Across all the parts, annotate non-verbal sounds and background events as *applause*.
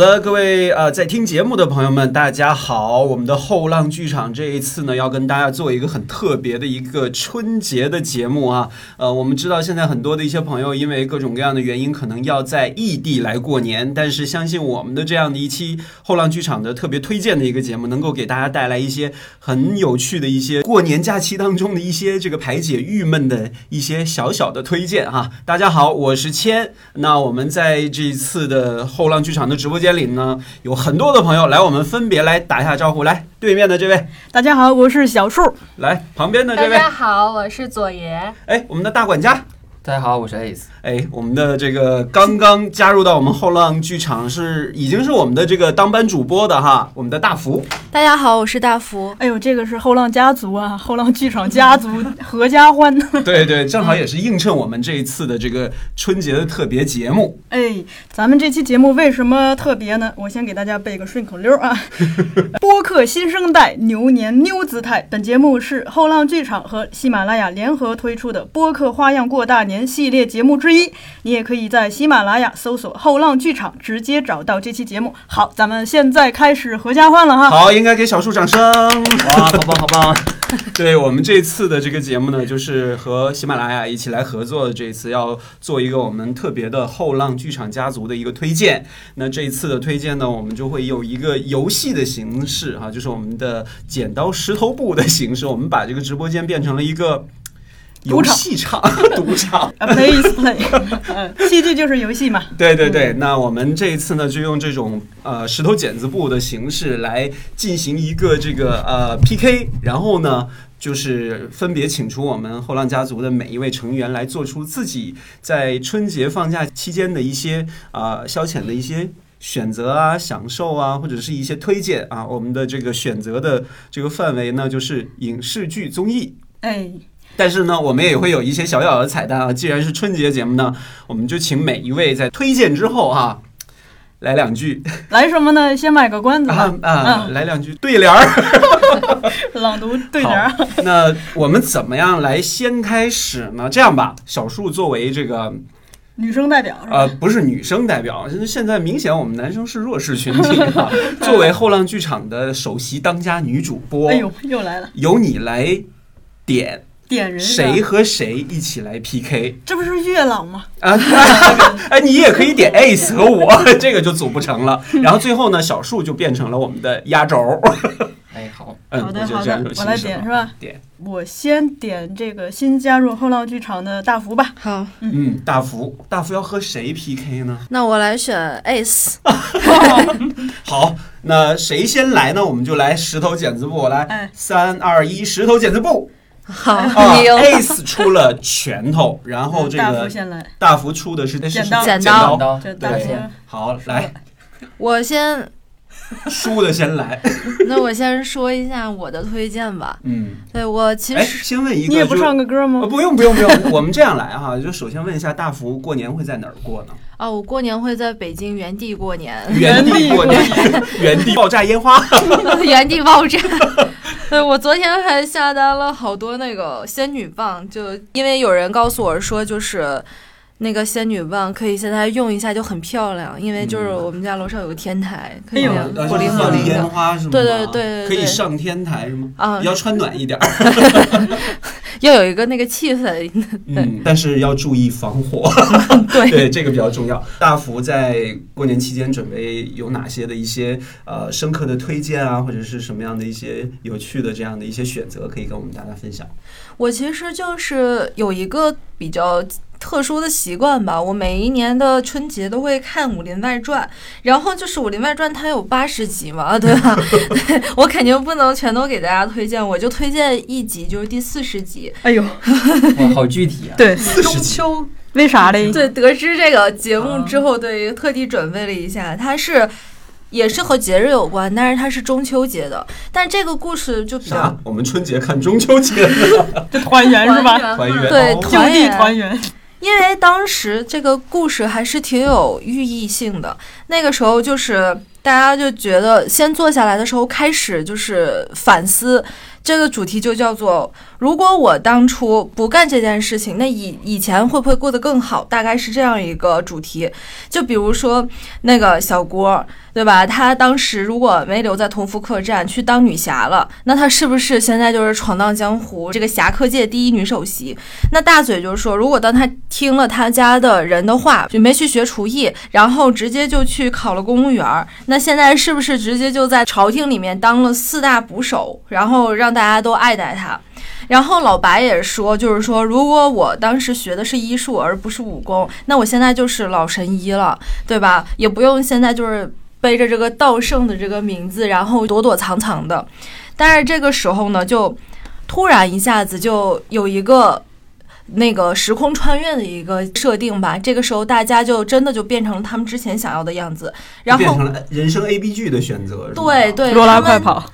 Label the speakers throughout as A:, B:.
A: 的，各位呃，在听节目的朋友们，大家好！我们的后浪剧场这一次呢，要跟大家做一个很特别的一个春节的节目啊。呃，我们知道现在很多的一些朋友因为各种各样的原因，可能要在异地来过年，但是相信我们的这样的一期后浪剧场的特别推荐的一个节目，能够给大家带来一些很有趣的一些过年假期当中的一些这个排解郁闷的一些小小的推荐哈、啊大家好，我是谦。那我们在这一次的后浪剧场的直播间里呢，有很多的朋友来，我们分别来打一下招呼。来，对面的这位，
B: 大家好，我是小树。
A: 来旁
C: *laughs*
A: 边的
C: 大
A: 这位，
C: 家好，我是左爷。
A: 哎，我们的大管家。
D: 大家好，我是 Ace。
A: 哎，我们的这个刚刚加入到我们后浪剧场是已经是我们的这个当班主播的哈，我们的大福，
E: 大家好，我是大福。
B: 哎呦，这个是后浪家族啊，后浪剧场家族合家欢。 *laughs*
A: *laughs* 对对，正好也是映衬我们这一次的这个春节的特别节目。
B: 哎，咱们这期节目为什么特别呢？我先给大家背个顺口溜啊：播客新生代，牛年牛姿态。本节目是后浪剧场和喜马拉雅联合推出的播客花样过大年系列节目之一。你也可以在喜马拉雅搜索“后浪剧场”，直接找到这期节目。好，咱们现在开始合家欢了哈。
A: 好，应该给小树掌声。
D: 哇，好棒好棒！
A: 对我们这次的这个节目呢，就是和喜马拉雅一起来合作，这一次要做一个我们特别的后浪剧场家族的一个推荐。那这一次的推荐呢，我们就会有一个游戏的形式哈、就是我们的剪刀石头布的形式，我们把这个直播间变成了一个游
B: 赌场
A: 戏场、 *laughs* 赌场。
B: A 呃 play is play，嗯，戏剧就是游戏嘛。
A: 对对对，那我们这一次呢，就用这种呃石头剪子布的形式来进行一个这个呃 PK，然后呢。就是分别请出我们后浪家族的每一位成员来做出自己在春节放假期间的一些啊、呃消遣的一些选择啊、享受啊，或者是一些推荐啊。我们的这个选择的这个范围呢，就是影视剧、综艺
B: 哎，
A: 但是呢，我们也会有一些小小的彩蛋啊。既然是春节节目呢，我们就请每一位在推荐之后啊，来两句
B: 来什么呢？先卖个关子吧
A: 啊，啊，
B: 嗯
A: 来两句对联儿。
B: 朗读对联儿。
A: 那我们怎么样来先开始呢？这样吧，小树作为这个
B: 女生代表是吧？
A: 呃不是女生代表，现在明显我们男生是弱势群体
B: *laughs*
A: 啊。作为后浪剧场的首席当家女主播
B: 哎，呦，又来了，
A: 由你来点
B: 点人啊是吧
A: 谁？和谁一起来 PK。
B: 这不是月朗吗？
A: 啊，哎，你也可以点 Ace 和我， *laughs* 这个就组不成了。然后最后呢，小树就变成了我们的压轴。
D: 哎，好，
A: 嗯，
B: 好的，
A: 我就
B: 好
A: 这样
B: 的
A: 就，
B: 我来
A: 行
B: 点
A: 了。
B: 是吧？
A: 点，
B: 我先点这个新加入后浪剧场的大福吧。
E: 好，
A: 嗯，大福，大福要和谁 PK 呢？
E: 那我来选 Ace。
A: 好，那谁先来呢？我们就来石头剪子布，来
B: 哎，
A: 三二一，石头剪子布。
E: 好， *laughs*
A: 啊
E: 你有
A: ，Ace 出了拳
B: *laughs*
A: 头，然后这
B: 大福
A: 个啊
B: 先来，
A: 大福出的是
B: 剪刀
A: 剪
E: 剪
D: 剪
E: 刀
D: 刀，
B: 这大
D: 对
B: 福，
A: 好，来，
E: 我先，
A: 输的先来。
E: 那我先说一下我的推荐吧。
A: 嗯，
E: 对我其
A: 哎，
E: 实
A: 先问一个，
B: 你也不
A: 就
B: 唱个歌
A: 呃，
B: 吗？
A: 不用不用不用，我们这样来啊哈，就首先问一下大福过年会在哪儿过呢？
E: 啊，我过年会在北京原地过年， *laughs*
A: 原
B: 地
A: 过
B: 过
A: 年， *laughs* 原地爆炸烟花。
E: 原地爆炸。对，我昨天还下单了好多那个仙女棒，就因为有人告诉我说，就是那个仙女棒可以现在用一下，就很漂亮。因为就是
A: 嗯
E: 我们家楼上有个天台，可
B: 哎
E: 以
B: 呦
E: 那样
A: 呃
E: 火灵火
A: 放
E: 灵
A: 烟
E: 的
A: 花是吗？
E: 对对对对
A: 可以
E: 对
A: 上天台是吗？
E: 啊，
A: 要穿暖一点儿，
E: *laughs* 要有一个那个气氛。
A: 嗯，但是要注意防火，
E: *laughs* 对
A: 对，这个比较重要。大福在过年期间准备有哪些的一些呃深刻的推荐啊，或者是什么样的一些有趣的这样的一些选择，可以跟我们大家分享？
E: 我其实就是有一个比较特殊的习惯吧，我每一年的春节都会看《武林外传》，然后就是《武林外传》它有八十集嘛， *laughs* 对吧？我肯定不能全都给大家推荐，我就推荐一集，就是第四十集
B: 哎呦，
D: 哇，好具体啊！
B: 对，
E: 中秋。
B: 为啥嘞？
E: 对，得知这个节目之后，对，特地准备了一下，它是。也是和节日有关，但是它是中秋节的，但这个故事就比较
A: 啥？我们春节看中秋节了
B: 这团圆是吧？
A: 还原
E: 对
A: 哦
B: 就
E: 团
B: 地
E: 圆
B: 团圆。
E: 因为当时这个故事还是挺有寓意性的。那个时候就是大家就觉得先坐下来的时候开始就是反思。这个主题就叫做：如果我当初不干这件事情，那以以前会不会过得更好？大概是这样一个主题。就比如说那个小郭，对吧？她当时如果没留在同福客栈去当女侠了，那她是不是现在就是闯荡江湖，这个侠客界第一女首席？那大嘴就说，如果当她听了她家的人的话，就没去学厨艺，然后直接就去考了公务员儿，那现在是不是直接就在朝廷里面当了四大捕手，然后让大家都爱戴她？然后老白也说，就是说，如果我当时学的是医术而不是武功，那我现在就是老神医了，对吧？也不用现在就是背着这个道圣的这个名字，然后躲躲藏藏的。但是这个时候呢，就突然一下子就有一个。那个时空穿越的一个设定吧，这个时候大家就真的就变成了他们之前想要的样子，然
A: 变
E: 后
A: 成了人生 A B 剧的选择。是吧
E: 对，对，
B: 罗拉
E: 他们
B: 快跑！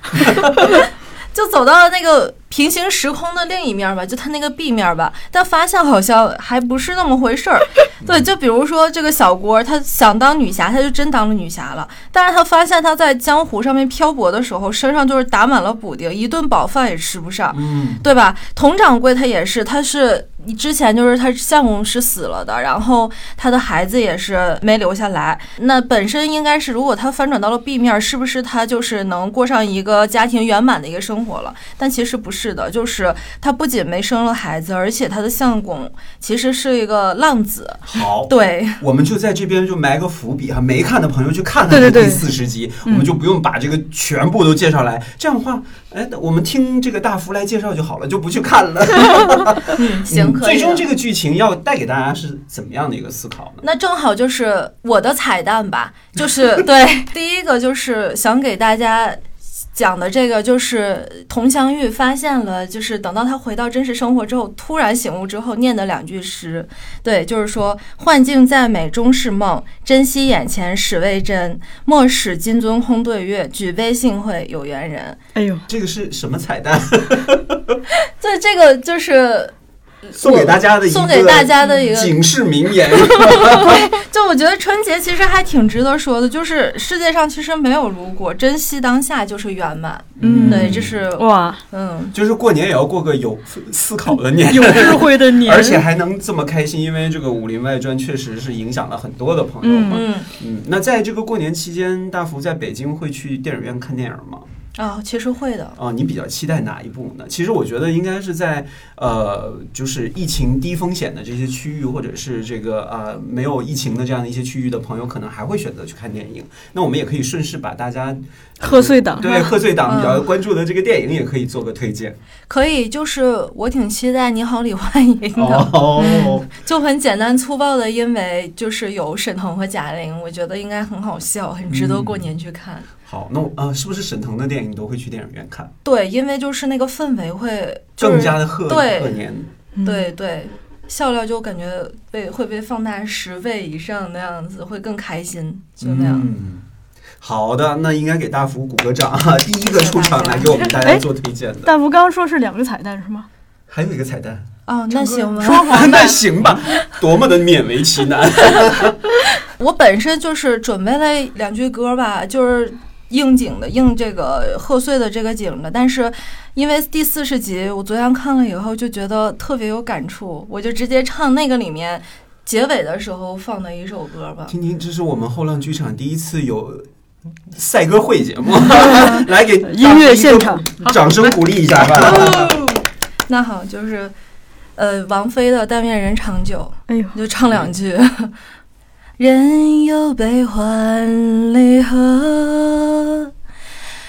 E: 就走到了那个平行时空的另一面吧，就它那个 B 面吧，但发现好像还不是那么回事儿。对，就比如说这个小郭，她想当女侠，她就真当了女侠了。但是她发现她在江湖上面漂泊的时候，身上就是打满了补丁，一顿饱饭也吃不上。
A: 嗯，
E: 对吧？佟掌柜他也是，他是之前就是他相公是死了的，然后他的孩子也是没留下来。那本身应该是，如果他翻转到了 B 面，是不是他就是能过上一个家庭圆满的一个生活了？但其实不是的，就是他不仅没生了孩子，而且他的相公其实是一个浪子。
A: 好，
E: 对， *laughs*
A: 我们就在这边就埋个伏笔哈，没看的朋友去看看
B: 对对
A: 这第
B: 对嗯
A: 四十集，我们就不用把这个全部都介绍来。这样的话，哎，我们听这个大福来介绍就好了，就不去看了。
E: 嗯， *laughs* 行，
A: 嗯
E: 可以了。
A: 最终这个剧情要带给大家是怎么样的一个思考呢？
E: 那正好就是我的彩蛋吧，就是对，第一个就是想给大家。讲的这个就是佟湘玉发现了，就是等到她回到真实生活之后，突然醒悟之后念的两句诗，对，就是说幻境再美终是梦，珍惜眼前始为真，莫使金樽空对月，举杯幸会有缘人。
B: 哎呦，
A: 这个是什么彩蛋？
E: 对，这个就是
A: 送给大家的一个
E: 嗯送给大家的一个
A: 警示名
E: *laughs*
A: 言。
E: 就我觉得春节其实还挺值得说的，就是世界上其实没有如果，珍惜当下就是圆满。
B: 嗯
E: 对，这是
B: 哇，
E: 嗯，
A: 就是过年也要过个有思考的年，
B: 有智慧的你，
A: *laughs* 而且还能这么开心，因为这个《武林外传》确实是影响了很多的朋友嘛。
E: 嗯
A: 嗯，那在这个过年期间，大福在北京会去电影院看电影吗？
E: 啊，其实会的，
A: 啊，你比较期待哪一部呢？其实我觉得应该是在呃，就是疫情低风险的这些区域，或者是这个呃没有疫情的这样的一些区域的朋友，可能还会选择去看电影。那我们也可以顺势把大
E: *laughs*
A: 家
B: 贺岁档
A: 对贺岁档比较
E: 嗯
A: 关注的这个电影，也可以做个推
E: *laughs*
A: 荐。
E: 可以，就是我挺期待《你好，李焕英》的，
A: 哦， *laughs*
E: 就很简单粗暴的，因为就是有沈腾和贾玲，我觉得应该很好笑，很值得过年去看。
A: 好，那我呃，是不是沈腾的电影你都会去电影院看，
E: 对，因为就是那个氛围会，就是
A: 更加嗯的贺
E: 对
A: 贺年？
B: 嗯
E: 对对，笑料就感觉被会被放大十倍以上那样子，会更开心，就那样。
A: 嗯，好的，那应该给大福鼓个掌
B: *laughs*
A: 哈，第一个出场来给我们大家做推荐的，
B: 大福刚刚说是两个彩蛋是吗？
A: 还有一个彩蛋，
E: 哦，那行
B: 嗯
E: 吧。
A: 那行
B: *laughs*
A: 吧，多么的勉为其难，
E: 我本身就是准备了两句歌吧，就是应景的，应这个贺岁的这个景的。但是因为第四十集，我昨天看了以后就觉得特别有感触，我就直接唱那个里面结尾的时候放的一首歌吧。
A: 听听，这是我们后浪剧场第一次有。赛歌会节
B: *laughs*
A: 目， *laughs* 来给大福
B: 音乐
A: 一个 *laughs*
B: 现场
A: 鼓掌声鼓励一下吧。
E: 那好，就是呃王菲的《但愿人长久》。
B: 哎呦，
E: 就唱两句。人有悲欢离合，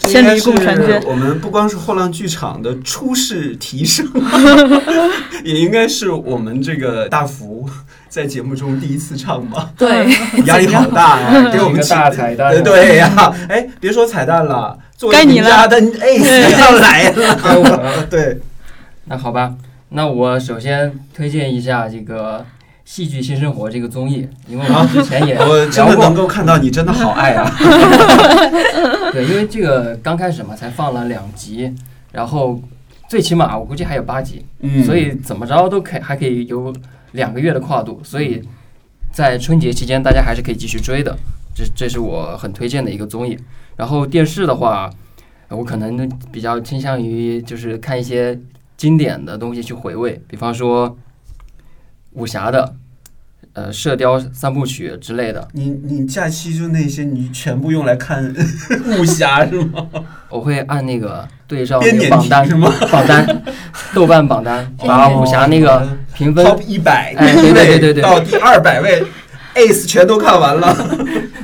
A: 这
B: 千
A: 应
B: 里
A: 该是
B: 共婵娟
A: 我们不光是后浪剧场的初试提
B: *laughs*
A: 升， *laughs* 也应该是我们这个大福在节目中第一次唱吧。
E: 对。
B: *laughs*
A: 压力好大啊！给我们
D: 一个
A: 起
D: 大彩蛋
A: 对对呀、哎，别说彩蛋了，作为
B: 该你
A: 名家的 ace 要来了。
D: 该我了。
A: 对，
D: 那好吧，那我首先推荐一下这个戏剧新生活》这个综艺，因为我们之前 *laughs* 也
A: 我真
D: 聊
A: 的能
D: 过，
A: 够看到你，真的好爱
D: *laughs*
A: 啊！
D: 对，因为这个刚开始嘛，才放了两集，然后最起码我估计还有八集，
A: 嗯，
D: 所以怎么着都可以，还可以有两个月的跨度，所
A: 嗯
D: 以在春节期间大家还是可以继续追的，这这是我很推荐的一个综艺。然后电视的话，呃我可能比较倾向于就是看一些经典的东西去回味，比方说武侠的，呃，《射雕三部曲》之类的，
A: 你你假期就那些，你全部用来
D: *laughs*
A: 看武侠是吗？
D: 我会按那个对照
A: 编
D: 那个
A: 年
D: 榜
A: 体
D: 单
A: 是吗？
D: 榜单，豆瓣榜
A: *laughs*
D: 单，把武侠那
A: 哦
D: 个评分
A: top 一百
D: 哎对对对对对
A: 到第二百位，Ace 全都看完
D: *laughs*
A: 了。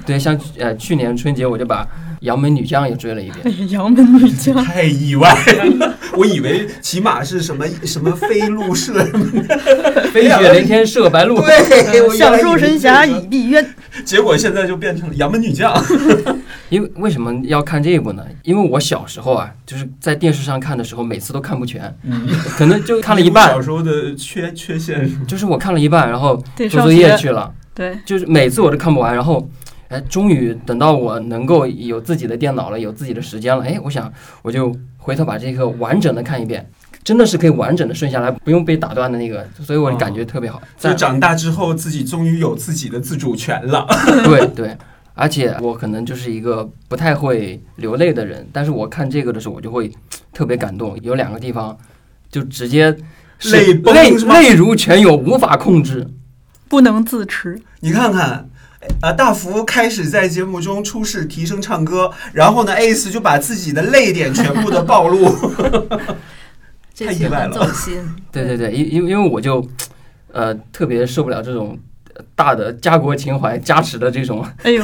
D: 对，像去呃去年春节我就把《杨门女将》也追了一
B: *laughs*
D: 遍。
B: 杨门女将，
A: *laughs* 太意外了， *laughs* 我以为起码是什么什么飞鹿社，
D: 飞雪连天射白鹿，
A: *laughs* 对，我原
B: 小
A: 来以为
B: 兽神侠倚碧鸳，
A: 结果现在就变成了杨门女将。
D: 因为为什么要看这一部呢？因为我小时候啊，就是在电视上看的时候，每次都看不全，可能就看了一半
A: 小，时候的缺缺陷是吗
D: 就是我看了一半，然后
B: 对
D: 做
B: 上
D: 作业
B: 学，
D: 去了，
B: 对，
D: 就是每次我都看不完，然后。哎，终于等到我能够有自己的电脑了，有自己的时间了，哎，我想我就回头把这个完整的看一遍，真的是可以完整的顺下来，不用被打断的那个，所以我感觉特别好。
A: 就
D: 赞。
A: 长大之后自己终于有自己的自主权了。 *laughs*
D: 对对，而且我可能就是一个不太会流泪的人，但是我看这个的时候，我就会特别感动。有两个地方，就直接是
A: 泪崩
D: 泪
A: 是吗
D: 泪如泉涌，无法控制。
B: 不能自持。
A: 你看看。啊，大福开始在节目中出试提升唱歌，然后呢，Ace 就把自己的泪点全部的暴露。 *laughs*
E: 这
A: 太意
E: 期
A: 外
E: 很
A: 了
E: 走心。
D: 对对对，因因因为我就呃特别受不了这种大的家国情怀加持的这种。
B: 哎
A: *laughs*
B: 呦，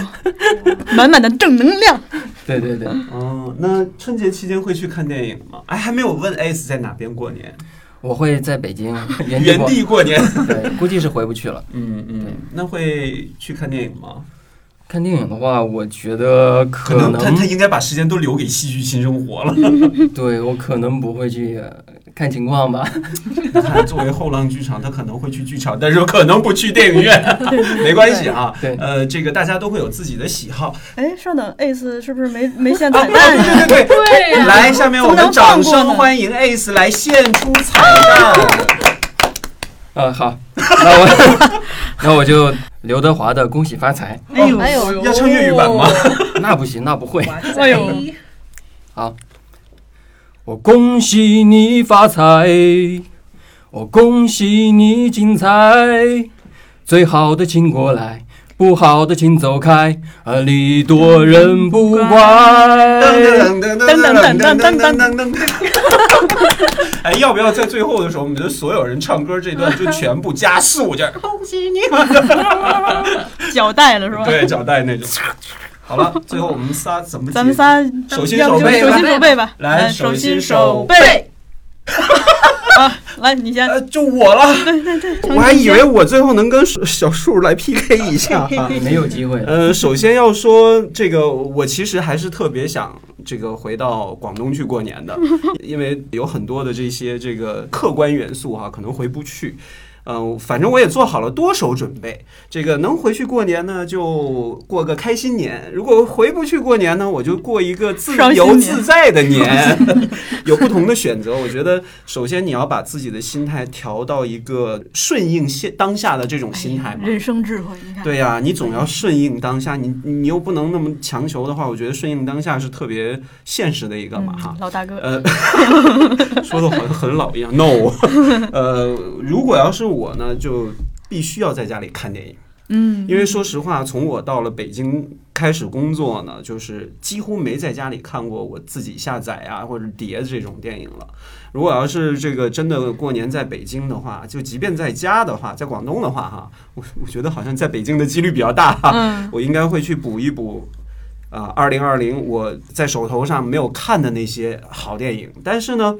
B: 满满的正能量。
D: 对对对，
A: 哦，那春节期间会去看电影吗？哎，还没有问 Ace 在哪边过年，
D: 我会在
A: *laughs*
D: 北京原地
A: 原
D: 过，
A: 地过
D: *laughs*
A: 年。
D: 对，估计是回不去了。
A: 嗯
D: 对
A: 嗯，那会去看电影吗？
D: 看电影的话，我觉得
A: 可
D: 可
A: 能他他应该把时间都留给戏剧新生活了。
D: 对我可能不会去，呃看情况吧。
A: 你看，作为后浪剧场，他可能会去剧场，但是可能不去电影院，没关系啊。
D: 对
A: 呃，这个大家都会有自己的喜好。
B: 哎，稍等，Ace 是不是没没 *laughs* 下
A: 啊，
B: 彩蛋呀、
A: 对对对
C: 对
A: 对，
C: 呀
A: 来，下面我
B: 怎么
A: 们
B: 能
A: 掌
B: 放过
A: 声
B: 呢
A: 欢迎 Ace 来献出彩蛋。
D: 呃，好，那我那我就刘德华的《恭喜发财
B: 哎呦，
E: 哎呦，
A: 哦要唱粤语版吗？》，
D: 那不行，那不会。
B: 哎呦，
D: 我恭喜你发财，我恭喜你精彩，最好的请过来，不好的请走开，啊，礼多人不哎怪。
A: 噔噔噔噔噔噔噔噔噔噔。哎，要不要在最后的时候，我们就所有人唱歌这段就全部加速，就恭喜你啊们，
B: *laughs* 脚带了是吧？
A: 对，脚带那种。好了，最后我们仨怎么？
B: 咱们仨
A: 手心
B: 要不
A: 手
B: 就
A: 背
B: 手
A: 吧
B: 心手背吧，
A: 来
B: 来，
A: 手心
B: 心
A: 手
B: 背。 *laughs* 啊，来，你先，
A: 呃，就我了。对对对，我还以为我最后能跟小树来 PK 一下哈。
D: 没有机会了。
A: 呃，首先要说这个，我其实还是特别想这个回到广东去过年的，因为有很多的这些这个客观元素哈、可能回不去。嗯、反正我也做好了多手准备。这个能回去过年呢，就过个开心年；如果回不去过年呢，我就过一个自
B: 伤心
A: 由
B: 年
A: 自在的年。 *laughs* 有不同的选择，我觉得首先你要把自己的心态调到一个顺应现当下的这种心态嘛。
B: 人生智慧，你看，
A: 对呀、你总要顺应当下，你你又不能那么强求的话，我觉得顺应当下是特别现实的一个嘛哈
B: 嗯。老大哥，
A: 呃， *laughs* 说的好像很老一样。No，呃，如果要是我呢，就必须要在家里看电影。
B: 嗯，
A: 因为说实话，从我到了北京开始工作呢，就是几乎没在家里看过我自己下载啊或者碟这种电影了。如果要是这个真的过年在北京的话，就即便在家的话，在广东的话哈，我我觉得好像在北京的几率比较大哈，
B: 嗯，
A: 我应该会去补一补。啊，二零二零我在手头上没有看的那些好电影，但是呢，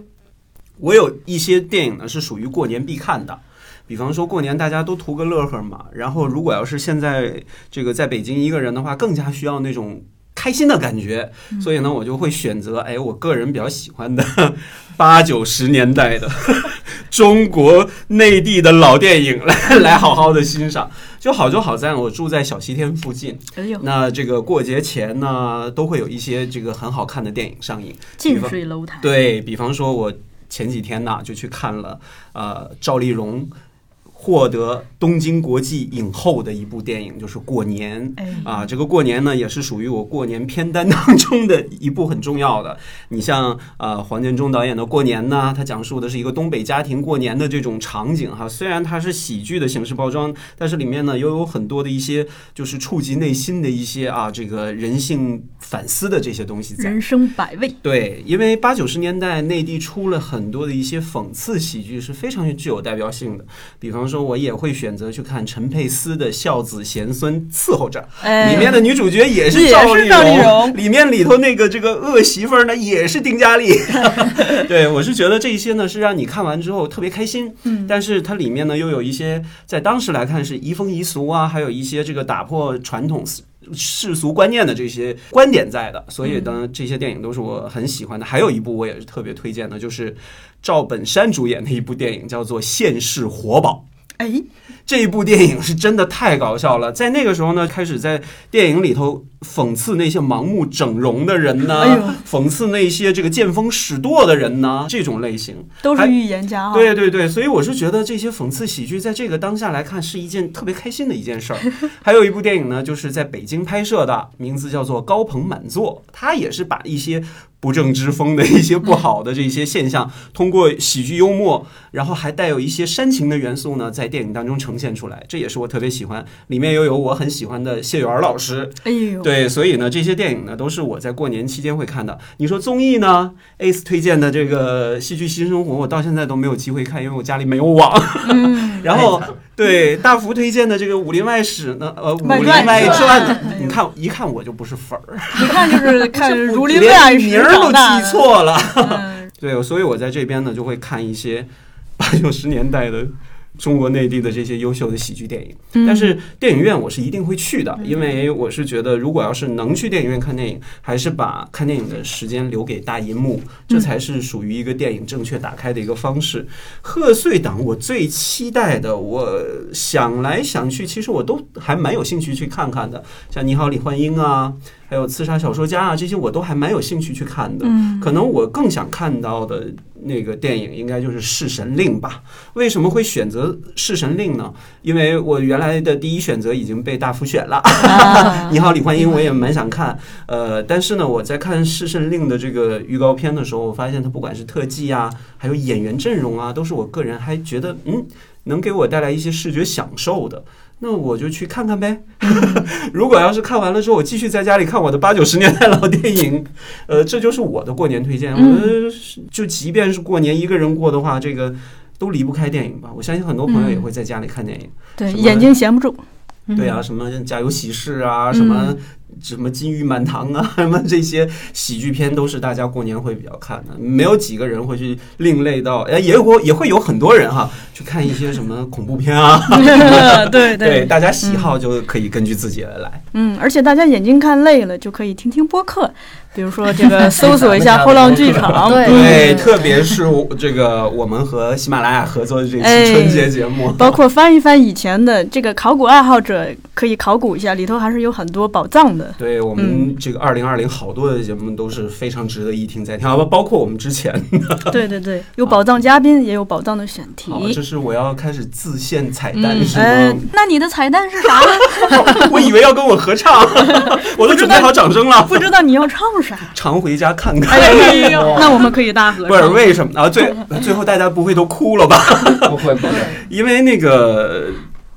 A: 我有一些电影呢是属于过年必看的，比方说过年大家都图个乐呵嘛，然后如果要是现在这个在北京一个人的话，更加需要那种。开开心的感觉，
B: 嗯
A: 所以呢，我就会选择哎，我个人比较喜欢的 *laughs* 八九十年代的 *laughs* 中国内地的老电影来 *laughs* 来好好的欣赏。就好就好在我住在小西天附近，
B: 哎呦，
A: 那这个过节前呢，都会有一些这个很好看的电影上映。
B: 近水楼台，
A: 对比方说，我前几天呢就去看了呃赵丽蓉获得东京国际影后的一部电影，就是《过年》。
B: 哎，
A: 啊，这个过年呢，也是属于我过年片单当中的一部很重要的。你像呃黄建中导演的《过年》呢，它讲述的是一个东北家庭过年的这种场景哈。虽然它是喜剧的形式包装，但是里面呢又有很多的一些就是触及内心的一些啊这个人性反思的这些东西在。
B: 人生百味，
A: 对，因为八九十年代内地出了很多的一些讽刺喜剧，是非常具有代表性的。比方说，我也会选择去看陈佩斯的《孝子贤孙伺候着》，
B: 哎，
A: 里面的女主角也是
B: 也
A: 赵
B: 是
A: 丽
B: 赵丽
A: 蓉，
B: 蓉
A: 里面里头那个这个恶媳妇儿呢也是丁嘉
B: *laughs*
A: 丽。对我是觉得这些呢是让你看完之后特别开心，
B: 嗯
A: 但是它里面呢又有一些在当时来看是移风易俗啊，还有一些这个打破传统世世俗观念的这些观点在的，所以
B: 嗯
A: 呢这些电影都是我很喜欢的。还有一部我也是特别推荐的，就是赵本山主演的一部电影叫做《现世活宝》。
B: 哎，
A: 这一部电影是真的太搞笑了，在那个时候呢，开始在电影里头讽刺那些盲目整容的人呢，
B: 哎呦
A: 讽刺那些这个见风使舵的人呢，这种类型。
B: 都
A: 还
B: 是预言家哈，啊
A: 对对对，所以我是觉得这些讽刺喜剧在这个当下来看是一件特别开心的一件事儿。还有一部电影呢，就是在北京拍摄的，名字叫做《高朋满座》，它也是把一些不正之风的一些不好的这些现象，通过喜剧幽默，然后还带有一些煽情的元素呢，在电影当中呈现出来，这也是我特别喜欢。里面又有我很喜欢的谢元儿老师，
B: 哎呦，
A: 对，所以呢，这些电影呢都是我在过年期间会看的。你说综艺呢，Ace 推荐的这个《戏剧新生活》，我到现在都没有机会看，因为我家里没有网。
B: 嗯
A: *laughs* 然后对大福推荐的这个《武林外史》呢，呃，《武
B: 外
A: 林
B: 传
A: 外传》
B: 哎呦
A: 你看一看我就不是粉儿，
B: 一看就是看如
A: 连
B: 临外
A: 名
B: 史
A: 儿都
B: 长大的，
A: 记错了。 *laughs*
B: 嗯，
A: 对，所以我在这边呢就会看一些八九十年代的中国内地的这些优秀的喜剧电影。
B: 嗯
A: 但是电影院我是一定会去的，因为我是觉得，如果要是能去电影院看电影，还是把看电影的时间留给大银幕，
B: 嗯
A: 这才是属于一个电影正确打开的一个方式。贺岁档我最期待的，我想来想去，其实我都还蛮有兴趣去看看的，像《你好，李焕英》啊，还有《刺杀小说家》啊，这些我都还蛮有兴趣去看的。可能我更想看到的那个电影应该就是《弑神令》吧。为什么会选择《弑神令》呢？因为我原来的第一选择已经被大幅选了。
B: 啊
A: 你好，李焕英，我也蛮想看。呃，但是呢，我在看《弑神令》的这个预告片的时候，我发现它不管是特技啊，还有演员阵容啊，都是我个人还觉得嗯，能给我带来一些视觉享受的。那我就去看看
B: *laughs*
A: 呗。 *laughs* 如果要是看完了之后，我继续在家里看我的八九十年代老电影，呃，这就是我的过年推荐。我觉
B: 嗯
A: 得是就即便是过年一个人过的话，这个都离不开电影吧。我相信很多朋友也会在家里看电影。
B: 嗯对，
A: 什么
B: 眼睛
A: *laughs*
B: 闲不住，
E: 嗯
A: 对啊，什么《家有喜事》啊，什么什么《金玉满堂》啊， *laughs* 什么这些喜剧片都是大家过年会比较看的，没有几个人会去另类到，哎，也有也会有很多人哈、去看一些什么恐怖片啊，对，
B: 对对，
A: 大家喜好就可以根据自己而来。
B: 嗯，而且大家眼睛看累了，就可以听听播客，比如说这个搜索一
A: *laughs*
B: 下
D: 咱们家的
B: 后浪剧
D: 播客
B: 场，嗯
C: 对
A: 对，特别是我这个我们和喜马拉雅合作的这期春节节目，
B: *laughs* 包括翻一翻以前的这个考古爱好者可以考古一下，里头还是有很多宝
A: *laughs*
B: 藏的。
A: 对我们这个二零二零好多的节目都是非常值得一听再听，啊包包括我们之前
B: 对对对，有宝藏嘉宾，也有宝藏的选题。
A: 好，啊这是我要开始自献彩蛋
C: 嗯
A: 是
B: 呃
A: 吗？，
B: 那你的彩蛋是啥
A: *laughs*
B: 呢？ *laughs*
A: 我以为要跟我合唱，我都准备好掌声了。
B: 不知道你要唱
A: *laughs*
B: 啥。
A: 常回家看看， *laughs*
B: 哎呦， *laughs* 那我们可以大合
A: 不是
B: 唱。
A: 为什么啊？最最后大家不会都哭了吧？
D: 不会不会，
A: 因为那个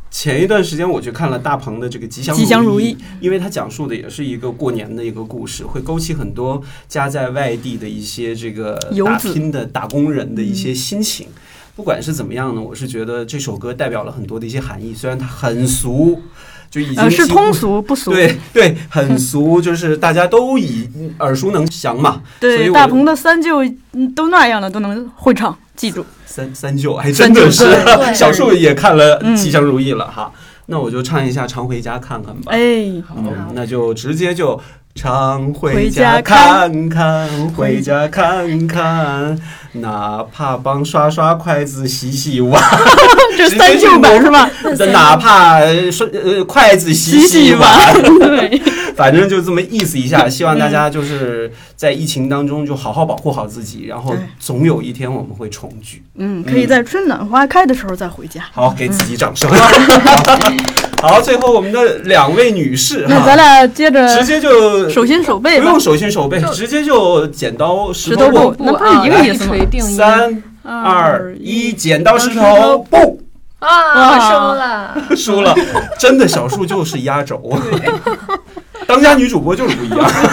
A: 前一段时间我去看了大鹏的这个《吉祥
B: 吉祥如
A: 意
B: 意》，
A: 因为他讲述的也是一个过年的一个故事，会勾起很多家在外地的一些这个
B: 游
A: 打
B: 子
A: 拼的打工人的一些心情。不管是怎么样呢，我是觉得这首歌代表了很多的一些含义，虽然它很俗，就已经
B: 呃，是
A: 几乎
B: 通俗不俗？
A: 对对，很俗，就是大家都以耳熟能详嘛。所以
B: 对，
A: 我
B: 大鹏的三舅嗯都那样了，都能会唱，记住。
A: 三三舅还真
B: 三
A: 的
B: 舅
A: 是
B: 对
E: 对
A: 小树也看了《
B: 嗯
A: 吉祥如意》了哈。那我就唱一下《常回家看看》吧。
B: 哎，
D: 好，
A: 嗯，那就直接就常回
B: 回
A: 家
B: 家
A: 看看，回家看看，哪怕帮刷刷筷子、洗洗碗，
B: *laughs* 这是三舅版是
A: *laughs*
B: 吧？
A: 哪怕刷呃筷子洗
B: 洗洗
A: 碗，
B: 吧， *laughs* 对，
A: *laughs* 反正就这么意思一下。希望大家就是在疫情当中就好好保护好自己，然后
B: 对
A: 总有一天我们会重聚。
B: 嗯，可以在春暖花开的时候再回家。
A: 好，给自己掌声。好，最后我们的两位女士
B: 那咱
A: 哈，
B: 俩接着
A: 直接就
B: 手心手背
A: 不
B: 吧
A: 用，手心手背，
E: 就
A: 直接就剪刀石
B: 石
A: 头
B: 头
A: 布
B: 布。那不是一个意思吗
C: 锤定音
A: 三
B: 嗯
A: 二一，剪刀石头布，
C: 啊，
B: 哇
C: 收了。
A: 输了。真的，小树就是压轴。当家女主播就是不一样，啊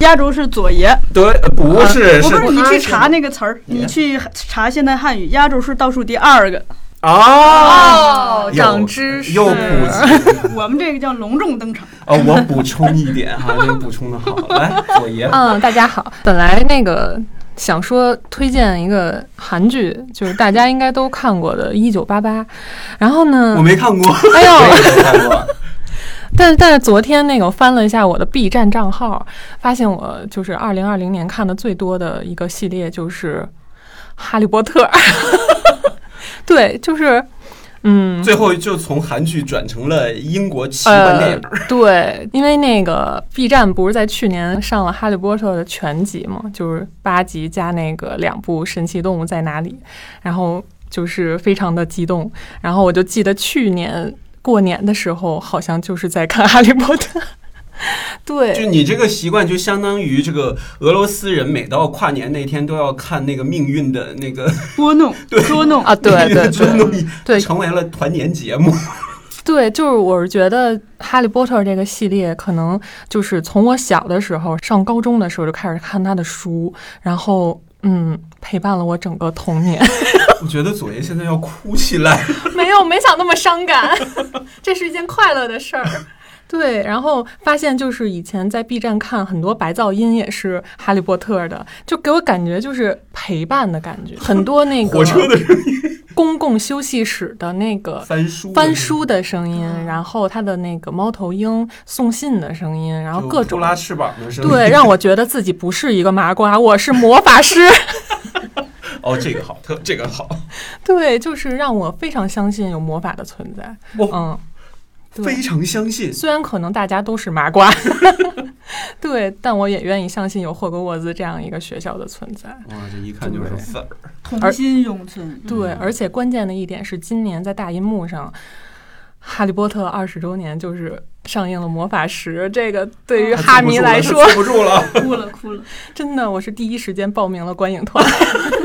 B: 压轴是左爷，
A: 对，不是
B: 我
A: 是
B: 不是你
C: 他
B: 去
C: 是
B: 查那个词儿，你去查现代汉语，压轴是倒数第二个，
A: 啊，
C: 哦，
A: 有
C: 长知识，
A: 又普及。
B: 我们这个叫隆重登场。
A: 呃，我补充一点哈，这个补充的好，来，左 *laughs* 爷，
F: 嗯，大家好。本来那个想说推荐一个韩剧，就是大家应该都看过的《一九八八》，然后
A: 我
F: 呢，
A: 没看过，
F: 哎
A: 我
F: 呦，
A: 也 *laughs* 没看过。
F: 但但是昨天那个翻了一下我的 B 站账号，发现我就是二零二零年看的最多的一个系列就是《哈利波特》。 *laughs* 对，就是，嗯，
A: 最后就从韩剧转成了英国奇幻电影。
F: 对，因为那个 B 站不是在去年上了《哈利波特》的全集嘛，就是八集加那个两部《神奇动物在哪里》，然后就是非常的激动。然后我就记得去年过年的时候，好像就是在看《哈利波特》。 *laughs*
A: 就
F: 对，
A: 你这个习惯，就相当于这个俄罗斯人每到跨年那天都要看那个命运的那个 *laughs*
B: 拨弄捉弄
F: 啊，对对
A: 捉 *laughs*
F: 对
A: 弄，
F: 对
A: 成为了团年节目。
F: 对，就是我是觉得《哈利波特》这个系列，可能就是从我小的时候上高中的时候就开始看他的书，然后嗯，陪伴了我整个童年。
A: 我觉得左爷现在要哭起来。
F: *laughs* 没有，没想那么伤 *laughs* 感，这是一件快乐的事儿。对，然后发现就是以前在 B 站看很多白噪音也是《哈利波特》的，就给我感觉就是陪伴的感 *laughs* 觉，很多那
A: 火车
F: 个
A: 的人
F: 公共休息室的那个
A: 翻书，
F: 翻，书的声音，然后它的那个猫头鹰送信的声音，然后各
A: 就扑
F: 种
A: 拉翅膀的声音。
F: 对，让我觉得自己不是一个麻瓜，我是魔法
A: *laughs*
F: 师。
A: 哦，这个好，特这个好，
F: 对，就是让我非常相信有魔法的存在。
A: 哦
F: 嗯，对
A: 非常相信。
F: 虽然可能大家都是麻瓜， *laughs* 对，但我也愿意相信有霍格沃兹这样一个学校的存在。
A: 哇，这一看就是粉儿。
B: 童心永存。
A: 嗯
F: 对，而且关键的一点是，今年在大银幕上，《哈利波特》二十周年就是上映了《魔法石》，这个对于哈迷来说，
A: 啊他坐不住了，他坐
B: 哭了哭了，
F: 真的我是第一时间报名了观影团。
A: 不住了。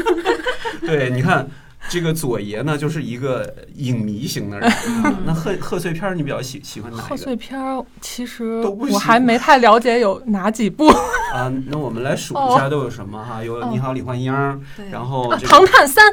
A: 对，你看。这个左爷呢，就是一个影迷型的人。
B: 嗯
A: 那贺贺岁片儿，你比较喜喜欢哪一个？
F: 嗯贺岁片儿哦其实
A: 都不
F: 我
A: 行
F: 还没太了解有哪几部，《
A: 啊，那我们来数一下都有什么哈？有《你好，李焕英》，
E: 对
A: 然后这
F: 哦唐
A: 个
F: 探三》，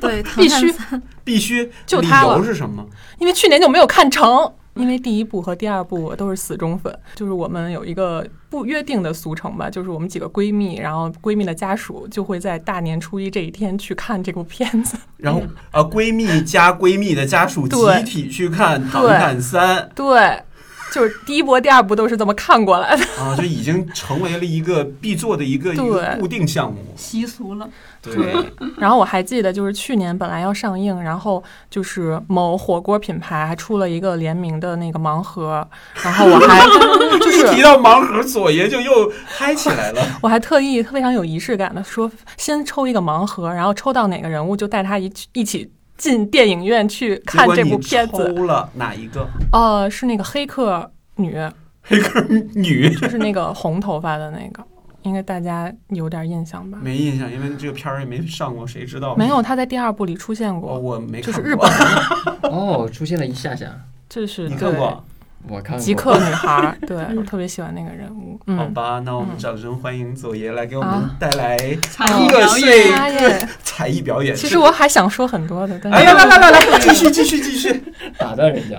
E: 对，唐
F: 必
E: 探
F: 须
E: 三
A: 必须
F: 就
A: 理
F: 他
A: 由
F: 了
A: 是什么？
F: 因为去年就没有看成，因为第一部和第二部我都是死忠粉，就是我们有一个不约定的俗成吧，就是我们几个闺蜜，然后闺蜜的家属就会在大年初一这一天去看这部片子。
A: 然后啊，闺蜜加闺蜜的家属集
F: 嗯对
A: 体去看《唐探三
F: 对， *laughs* 就是第一波、第二部都是这么看过来的。》 *laughs*
A: 啊，就已经成为了一个必做的一个一个
F: 对
A: 固定项目。
B: 习俗了。
A: 对，
F: 然后我还记得，就是去年本来要上映，然后就是某火锅品牌还出了一个联名的那个盲盒，然后我还 *laughs* 就
A: 一
F: 是
A: 提到盲盒，左爷就又嗨起来
F: *laughs*
A: 了。
F: 我还特意非常有仪式感的说，先抽一个盲盒，然后抽到哪个人物就带他一起一起进电影院去
A: 结
F: 看
A: 果
F: 这
A: 你
F: 部片子。
A: 抽了哪一个？ *laughs*
F: 呃，是那个黑客女，
A: 黑客女
F: 就是那个红头发的那个，应该大家有点印象吧？
A: 没印象，因为这个片儿也没上过，谁知道？
F: 没有，她在第二部里出现
A: 我，
F: 过，
A: 我没
F: 就
A: 看
F: 是
A: 过。
F: 日本，的，
D: 哦，出现了一下下，
F: 就是
A: 你看
F: 对
A: 过？
D: 我看过
F: 极客女孩
A: *laughs*
F: 儿，对我特别喜欢那个人物。
A: 好
F: 嗯，
A: 吧，那我们掌声欢迎左爷来给我们
F: 啊
A: 带来
B: 才
F: 艺
A: 各
B: 表
A: 式
B: 演
F: 啊耶
A: 才艺表演。
F: 其实我还嗯想说很多的，但是
A: 哎呀，来来来来，继续继续继续。
D: 打断人家，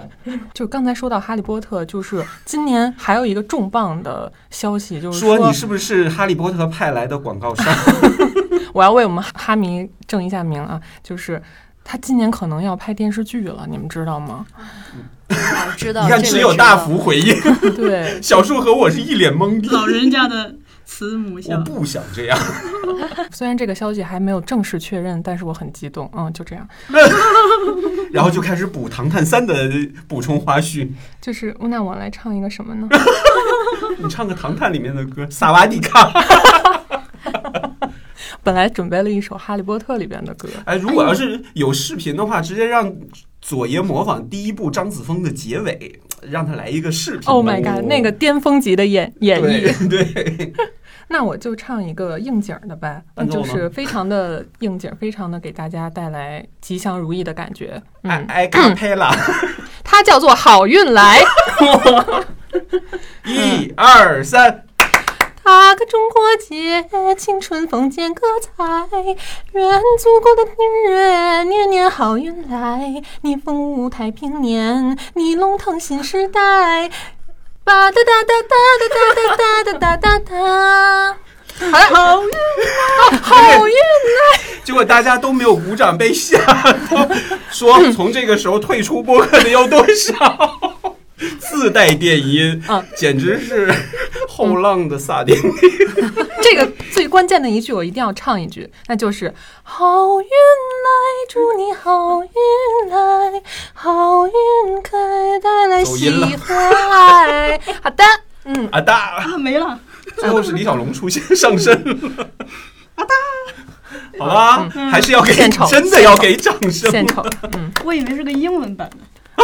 F: 就刚才说到《哈利波特》，就是今年还有一个重磅的消息，就是
A: 说你是不是哈利波特
F: *laughs*
A: 派来的广告商？
F: 我要为我们哈迷正一下名啊，就是他今年可能要拍电视剧了，你们知道吗？ *laughs*
E: 啊知道。
A: 你看，
E: 这个
A: 只有
E: 知道
A: 大福回应，
F: 对，
A: 小树和我是一脸
F: *laughs*
A: 懵逼。
B: 老人家的慈母
A: 我
B: 孝。
A: 不想这样，
F: 虽然这个消息还没有正式确认，但是我很激动。嗯，就这样。
A: 然后就开始补《唐探三》的补充花絮。
F: 就是那我来唱一个什么呢？ *laughs*
A: 你唱个《唐探》里面的歌，《萨瓦迪卡》。
F: 本来准备了一首《哈利波特》里边的歌，
A: 哎，如果要是有视频的话，直接让左爷模仿第一部张子枫的结尾，让他来一个视频。
F: Oh my god，那个巅峰级的演演绎。
A: 对对，
F: 那我就唱一个应景儿的吧，
A: 伴奏
F: 就
A: 吗
F: 是非常的应景，非常的给大家带来吉祥如意的感觉。
A: 哎
F: 嗯，
A: 哎，卡佩拉，
F: 它叫做好运来。嗯
A: 一二三，
F: 打个中国结，呃青春风见歌采，愿祖国的女人年年好运来，你风舞太平年，你龙腾新时代。吧哒哒哒哒哒哒哒哒哒哒哒。 *laughs* 好运啊来， *laughs* 好运来！
A: 结果大家都没有鼓掌，被吓到，
F: 嗯
A: 说从这个时候退出播客的有多少？自带电音
F: 啊，
A: 简直是后浪的萨顶。
F: *laughs* 这个最关键的一句我一定要唱一句，那就是“好运来，祝你好运来，好运开带来
A: 走
F: 喜
A: 音了
F: 和爱”。好 *laughs* 的，嗯，
A: 啊哒，
B: 啊，没了。
A: 最后是李小
B: 啊
A: 龙出现上身了。
B: 嗯
A: 啊哒，好吧，还是要给
F: 献丑
A: 真的要给掌声。
F: 献丑。嗯
B: 我以为是个英文版的。
F: *laughs*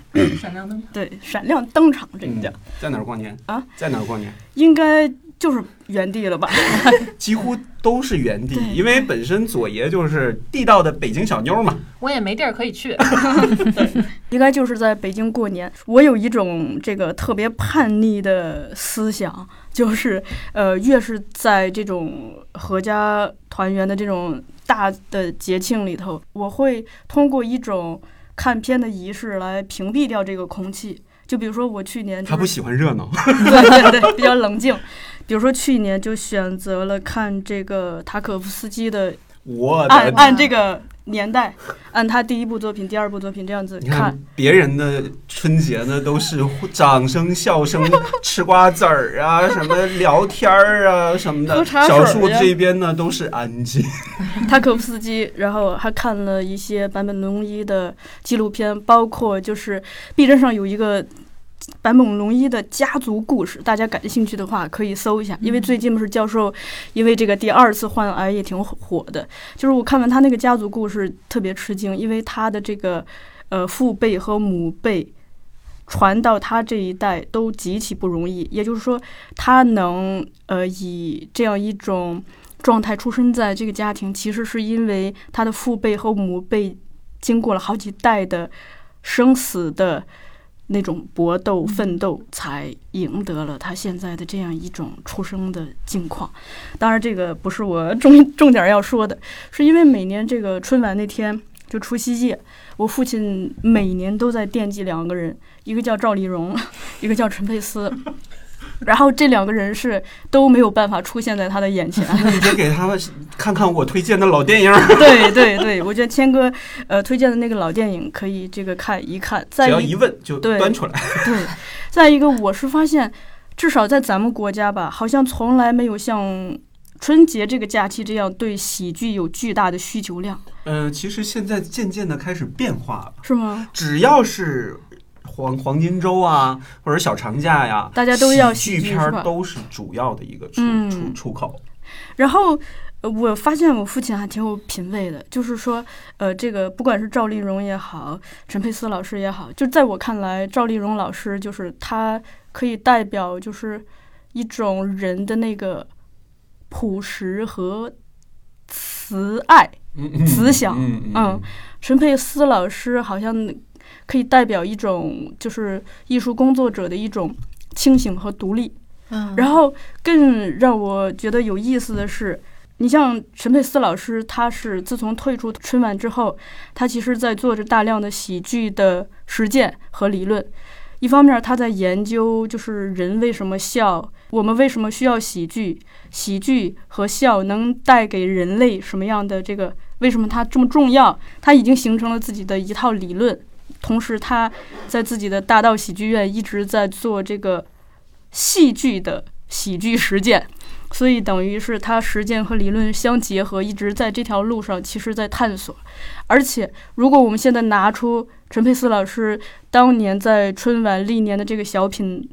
A: 嗯
B: 轴，
F: 闪亮灯。
B: 对，闪亮登场这个叫、
A: 在哪儿过年
B: 啊？
A: 在哪儿过年？
B: 应该就是原地了吧？
A: 几乎都是原地
B: 对，
A: 因为本身左爷就是地道的北京小妞
B: 嗯
A: 嘛。
F: 我也没地儿可以去。
B: 应该就是在北京过年。我有一种这个特别叛逆的思想，就是呃，越是在这种合家团圆的这种大的节庆里头，我会通过一种看片的仪式来屏蔽掉这个空气。就比如说我去年、就是、
A: 他不喜欢热闹，
B: 哎对对对，比较冷静。比如说去年就选择了看这个塔可夫斯基的，
A: 我
B: 按
A: 的
B: 按这个年代，按他第一部作品、第二部作品这样子
A: 你
B: 看
A: 看。别人的春节呢，都是呼掌声、笑
B: *laughs*
A: 声、吃瓜子儿啊，什么聊天儿啊什么的。
B: 喝茶水
A: 小
B: 呀
A: 树这边呢都是安静。 *laughs*
B: 塔可夫斯基，然后还看了一些坂本龙一的纪录片，包括就是 B 站上有一个坂本龙一的家族故事，大家感兴趣的话可以搜一下，因为最近不是教授因为这个第二次患癌也挺火的，就是我看完他那个家族故事特别吃惊，因为他的这个呃父辈和母辈。传到他这一代都极其不容易，也就是说，他能呃以这样一种状态出生在这个家庭，其实是因为他的父辈和母辈经过了好几代的生死的那种搏斗、奋斗，才赢得了他现在的这样一种出生的境况。当然，这个不是我重重点要说的，是因为每年这个春晚那天。就除夕夜，我父亲每年都在惦记两个人，一个叫赵丽蓉， *laughs* 一个叫陈佩斯，然后这两个人是都没有办法出现在他的眼前。
A: 那你就给他们看看我推荐的老电影儿，
B: 对对对，我觉得谦哥呃推荐的那个老电影可以这个看一看。再
A: 只要
B: 一
A: 一问就
B: 对
A: 端出来。
B: 对，再一个我是发现，至少在咱们国家吧，好像从来没有像春节这个假期这样对喜剧有巨大的需求量，
A: 嗯、其实现在渐渐的开始变化了，
B: 是吗？
A: 只要是。黄黄金周啊，或者小长假呀、
B: 大家都要
A: 喜
B: 喜
A: 剧
B: 剧
A: 片
B: 是
A: 儿
B: 吧
A: 都是主要的一个出、
B: 嗯
A: 出出口。
B: 然后。呃我发现我父亲还挺有品味的，就是说，呃，这个不管是赵丽蓉也好，陈佩斯老师也好，就在我看来，赵丽蓉老师就是她可以代表就是一种人的那个朴实和慈爱。
A: 嗯嗯
B: 慈祥
A: 嗯
B: 嗯陈佩斯老师好像可以代表一种就是艺术工作者的一种清醒和独立。
E: 嗯
B: 然后更让我觉得有意思的是，你像陈佩斯老师，他是自从退出春晚之后，他其实在做着大量的喜剧的实践和理论。一方面，他在研究就是人为什么笑，我们为什么需要喜剧，喜剧和笑能带给人类什么样的这个，为什么它这么重要？他已经形成了自己的一套理论。同时，他在自己的大道喜剧院一直在做这个戏剧的喜剧实践，所以等于是他实践和理论相结合，一直在这条路上，其实在探索。而且，如果我们现在拿出陈佩斯老师当年在春晚历年的这个小品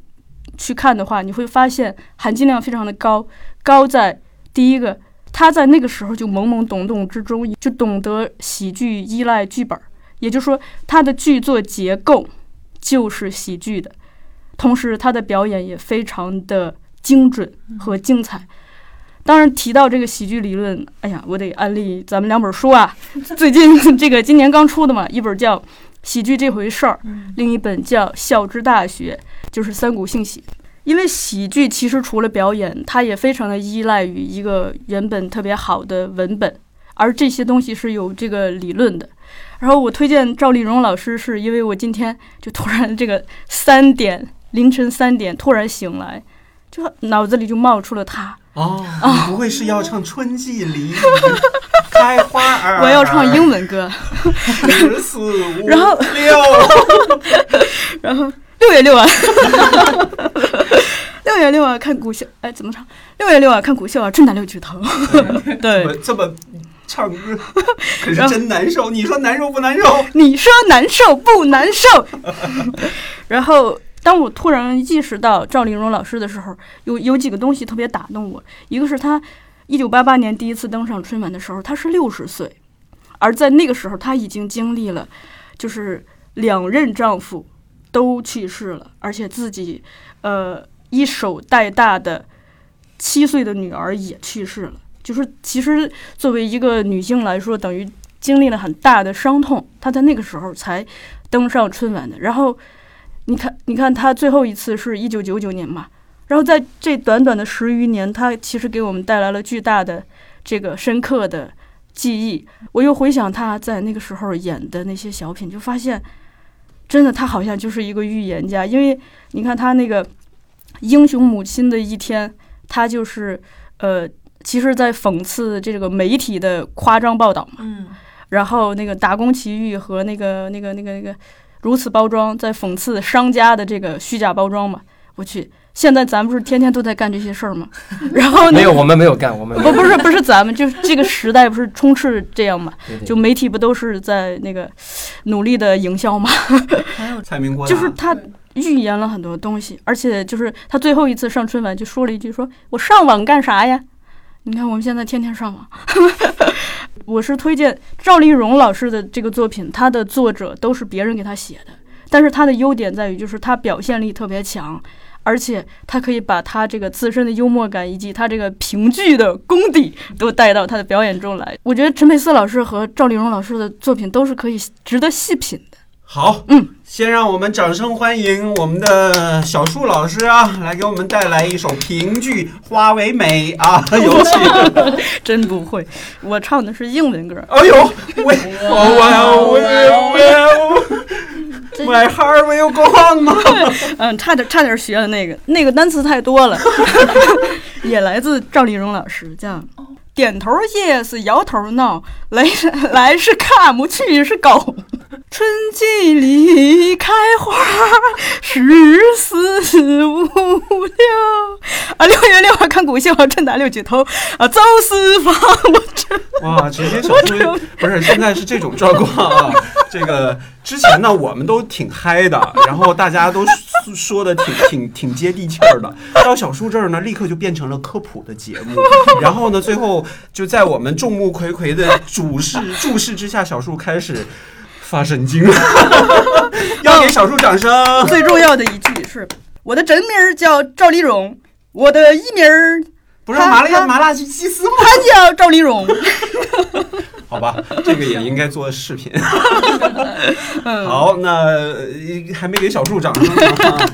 B: 去看的话，你会发现含金量非常的高，高在第一个，他在那个时候就懵懵懂懂之中就懂得喜剧依赖剧本儿，也就是说，他的剧作结构就是喜剧的。同时他的表演也非常的精准和精彩。当然提到这个喜剧理论，哎呀，我得安利咱们两本书啊，最近这个今年刚出的嘛，一本叫《喜剧这回事儿》，另一本叫《笑之大学》，就是三股性喜。因为喜剧其实除了表演，它也非常的依赖于一个原本特别好的文本，而这些东西是有这个理论的。然后我推荐赵丽蓉老师，是因为我今天就突然这个三点凌晨三点突然醒来，就脑子里就冒出了他，
A: 哦，你不会是要唱《春季里开花儿》？啊
B: 我要唱英文 *laughs* 歌。
A: 十四五
B: 然后
A: 六，
B: 然后六月六啊， *laughs* 六月六啊，看古秀，哎，怎么唱？六月六啊，看古秀啊，春打六指头。对，
A: 这么唱
B: *laughs*
A: 歌，可是真难受。你说难受不难受？
B: 你说难受不难受？ *laughs* 然后。当我突然意识到赵丽蓉老师的时候，有有几个东西特别打动我。一个是她一九八八年第一次登上春晚的时候，她是六十岁，而在那个时候，她已经经历了，就是两任丈夫都去世了，而且自己呃一手带大的七岁的女儿也去世了。就是其实作为一个女性来说，等于经历了很大的伤痛，她在那个时候才登上春晚的。然后你看，你看她最后一次是一九九九年嘛，然后在这短短的十余年，她其实给我们带来了巨大的这个深刻的记忆。我又回想她在那个时候演的那些小品，就发现真的她好像就是一个预言家，因为你看她那个《英雄母亲的一天》，她就是呃。其实，在讽刺这个媒体的夸张报道嘛，
E: 嗯
B: 然后那个打工奇遇和那个那个那个那个如此包装，在讽刺商家的这个虚假包装嘛。我去，现在咱们不是天天都在干这些事儿吗？ *laughs* 然后
D: 没
B: 那
D: 有，
B: 个
D: 我们没有干，我们没
B: 不
D: 有
B: 不是不是咱们，就是这个时代不是充斥这样嘛？
D: 对对
B: 就媒体不都是在那个努力的营销嘛？
E: 还有
A: 蔡明国达
B: 就是他预言了很多东西，而且就是他最后一次上春晚就说了一句说：“我上网干啥呀？”你看我们现在天天上网。 *laughs* 我是推荐赵丽蓉老师的这个作品，她的作者都是别人给她写的，但是她的优点在于就是她表现力特别强。而且她可以把她这个自身的幽默感以及她这个评剧的功底都带到她的表演中来。我觉得陈佩斯老师和赵丽蓉老师的作品都是可以值得细品的。
A: 好，
B: 嗯，
A: 先让我们掌声欢迎我们的小树老师啊，来给我们带来一首评剧《花为媒》
B: *laughs*
A: 啊，有请。
B: 真不会，我唱的是英文歌。
A: 哎呦，喂，我我我，My heart will go on 吗？
B: 嗯，差点差点学了那个，那个单词太多了。 *laughs* 也来自赵丽蓉老师，叫点头 yes，摇头 no，来是来是看不去是狗。 *laughs* 春季里开花，十四五六啊，六月六号看古秀，正打六举头啊，邹四方，我真
A: 哇，直接小树不是现在是这种状况啊。这个之前呢，我们都挺嗨的，然后大家都说说的挺挺挺接地气儿的。到小树这儿呢，立刻就变成了科普的节目。然后呢，最后就在我们众目睽睽的注视注视之下，小树开始发神经了。 *laughs* 要给小树掌声。
B: 最重要的一句是，我的真名儿叫赵丽蓉，我的艺名儿
A: 不是麻辣麻辣鸡丝吗？
B: *laughs* 他叫赵丽蓉。
A: 好
B: *laughs*
A: 吧，这个也应该做视频。
B: 嗯
A: 好，那呃还没给小树掌声
B: *laughs*
A: 呢。啊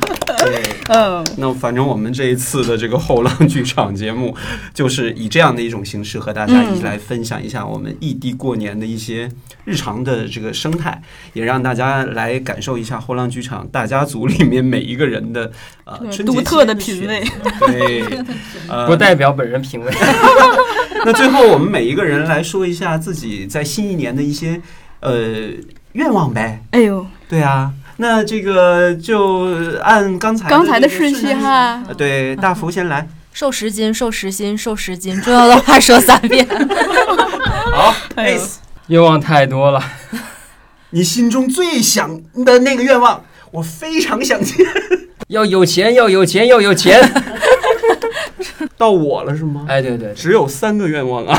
A: 对，
B: 嗯，
A: 那反正我们这一次的这个后浪剧场节目， *laughs* 就是以这样的一种形式和大家一起来分享一下我们异地过年的一些日常的这个生态，也让大家来感受一下后浪剧场大家族里面每一个人的呃
B: 对
A: 春节
B: 独
A: 期
B: 特的
A: 间
B: 品
A: 选
B: 味
A: 择。对，呃
D: 不代表本人 *laughs* 品味。
B: *laughs*
A: 那最后我们每一个人来说一下自己在新一年的一些呃愿望呗。
B: 哎呦，
A: 对啊，那这个就按刚才
B: 刚才的
A: 这个
B: 顺序
A: 顺
B: 哈，
A: 呃对，大福先
B: *laughs*
A: 来。
E: 瘦十斤，瘦十斤，瘦十斤，重要的话说三遍。
A: 好
B: 哎呦
A: ，Ace，
D: 愿望太多了，
A: 你心中最想的那个愿望，我非常想见。
D: 要有钱，要有钱，要
A: *laughs*
D: 有钱。
A: 到我了是吗？
D: 哎，对对，对
A: 只有三个愿 *laughs* 望啊，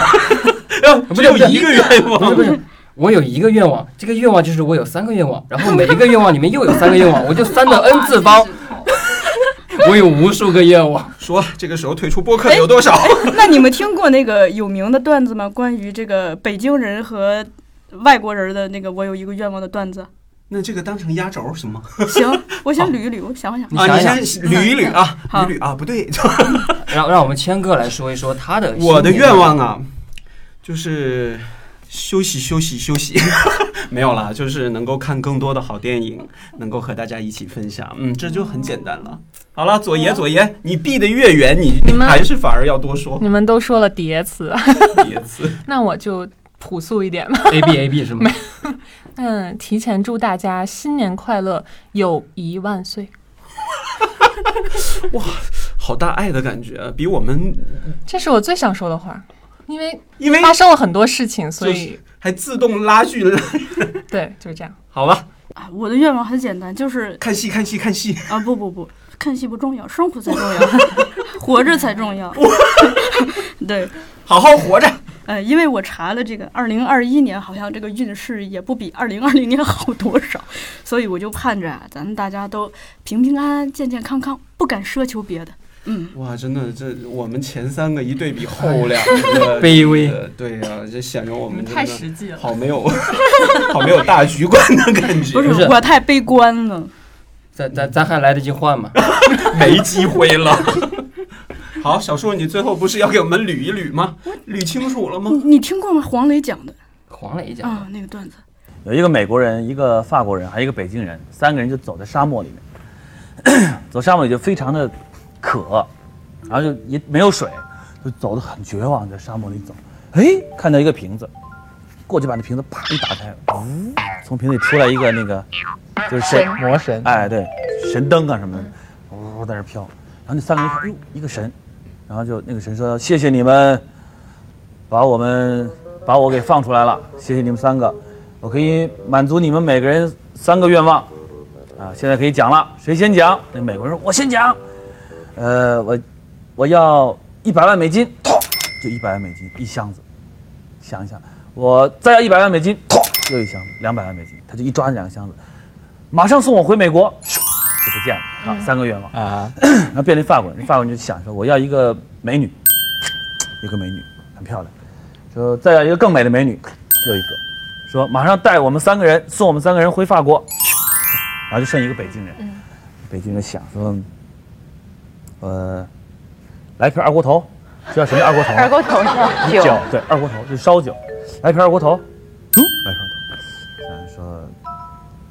A: 啊
D: 不
A: 只
D: 是
A: 有
D: 不是
A: 一个愿
D: 不是
A: 望
D: 不。是，我有一个愿望，这个愿望就是我有三个愿望，然后每一个愿望里面又有三个愿望，我就三的 n 次
A: *laughs*
D: 方，我有无数个愿望。
A: 说这个时候退出播客的有多少？
B: *laughs* 那你们听过那个有名的段子吗？关于这个北京人和外国人的那个“我有一个愿望”的段子？
A: 那这个当成压轴行吗？
B: 行，我先
A: 好
B: 捋一捋，我想想。
D: 你
A: 啊，
D: 想一想
A: 你先捋一捋啊，捋一捋啊，不对，
D: 让让我们谦哥来说一说他的
A: 我的
D: 新年
A: 愿望啊，就是休息休息休息， *laughs* 没有啦，就是能够看更多的好电影，能够和大家一起分享，嗯，这就很简单了。好了，左爷左爷，你避得越远，你
F: 你
A: 你
F: 们
A: 还是反而要多说
F: *laughs* 你们都说了叠词，
A: 叠词。 *laughs*
F: 那我就朴素一点吧。
D: A B A B 是吗？
F: 嗯，提前祝大家新年快乐，友谊万岁。
A: 好大爱的感觉，啊比我们
F: 这是我最想说的话，因为
A: 因为
F: 发生了很多事情，所
A: 就是
F: 以
A: 还自动拉锯了。
F: 对，就是这样。
A: 好吧，
B: 啊，我的愿望很简单，就是
A: 看戏看戏看戏，
B: 啊，不不 *laughs* 不，看戏不重要，生活才重要，活着才重要。 *laughs* 对，
A: 好好活着。
B: 呃，因为我查了这个，二零二一年好像这个运势也不比二零二零年 *laughs* 好多少，所以我就盼着啊咱们大家都平平安安、健健康康，不敢奢求别的。嗯，
A: 哇，真的，这我们前三个一对比后两个
D: 卑微
A: 这个对呀、这显得我们真的
F: 际。
A: 好没有， *laughs* 好没有大局观的感觉，
B: 不是
D: 不是
B: 我太悲观了。
D: 咱咱咱还来得及换吗？
A: 没机会了。好，小树，你最后不是要给我们捋一捋吗？捋清楚了
B: 你
A: 吗？
B: 你听过吗？黄磊嗯讲的
D: 黄磊讲，
B: 啊，那个段子。
G: 有一个美国人，一个法国人，还有一个北京人，三个人就走在沙漠里面， *clears throat* 走沙漠里就非常的渴，然后就也没有水，就走得很绝望，在沙漠里走，哎，看到一个瓶子，过去把那瓶子啪一打开，呜，从瓶子里出来一个那个就是神
H: 魔神，
G: 哎，对，神灯啊什么的，呜、在那飘。然后那三个人一看，哎呦，一个神，然后就那个神说：“谢谢你们，把我们把我给放出来了，谢谢你们三个，我可以满足你们每个人三个愿望，啊，现在可以讲了，谁先讲？那美国人说：我先讲，呃，我我要一百万美金，咚，就一百万美金一箱子，想一想，我再要一百万美金，咚，又一箱子，两百万美金，他就一抓两个箱子。”马上送我回美国，咻就不见了啊！三个愿望啊， *clears throat* 然后变成法国人，法国人就想说我要一个美女，一个美女很漂亮，说再要一个更美的美女，又一个，说马上带我们三个人送我们三个人回法国，咻然后就剩一个北京人，
I: 嗯
G: 北京人想说，呃，来瓶二锅头，知道什么叫二锅头吗？
I: *laughs*
G: 啊
I: 二锅头是
G: 酒
I: 酒，，
G: 对，二锅头就是烧酒，来瓶二锅头，嗯，来瓶二锅头，然后说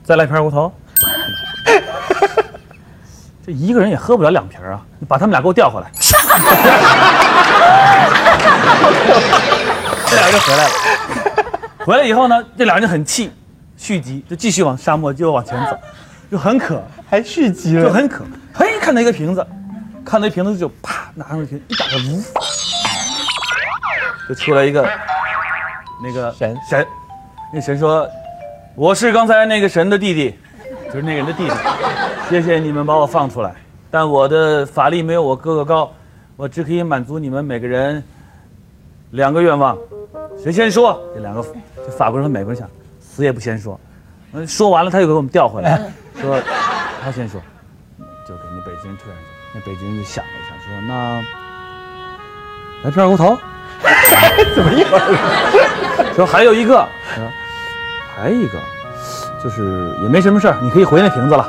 G: 再来瓶二锅头， *laughs* 这一个人也喝不了两瓶啊，你把他们俩给我
I: *laughs*
G: 调回来，这俩人就回来了，回来以后呢，这俩人就很气，续集就继续往沙漠就往前
H: *laughs*
G: 走，就很渴，
H: 还续集
G: 就
H: 了，
G: 很渴，嘿，看到一个瓶子，看到一瓶子就啪拿上瓶一打开，呜，就出来一个那个
H: 神
G: 神，那神说：“我是刚才那个神的弟弟，就是那个人的弟弟，谢谢你们把我放出来，但我的法力没有我哥哥高，我只可以满足你们每个人两个愿望，谁先说？这两个这法国人和美国人想，死也不先说，嗯说完了他又给我们调回来，说他先说。”就给那北京人推上去。那北京人就想了一下，说：“那来瓶二锅头。”说还有一个，我说还有一个，就是也没什么事儿，你可以回那瓶子了。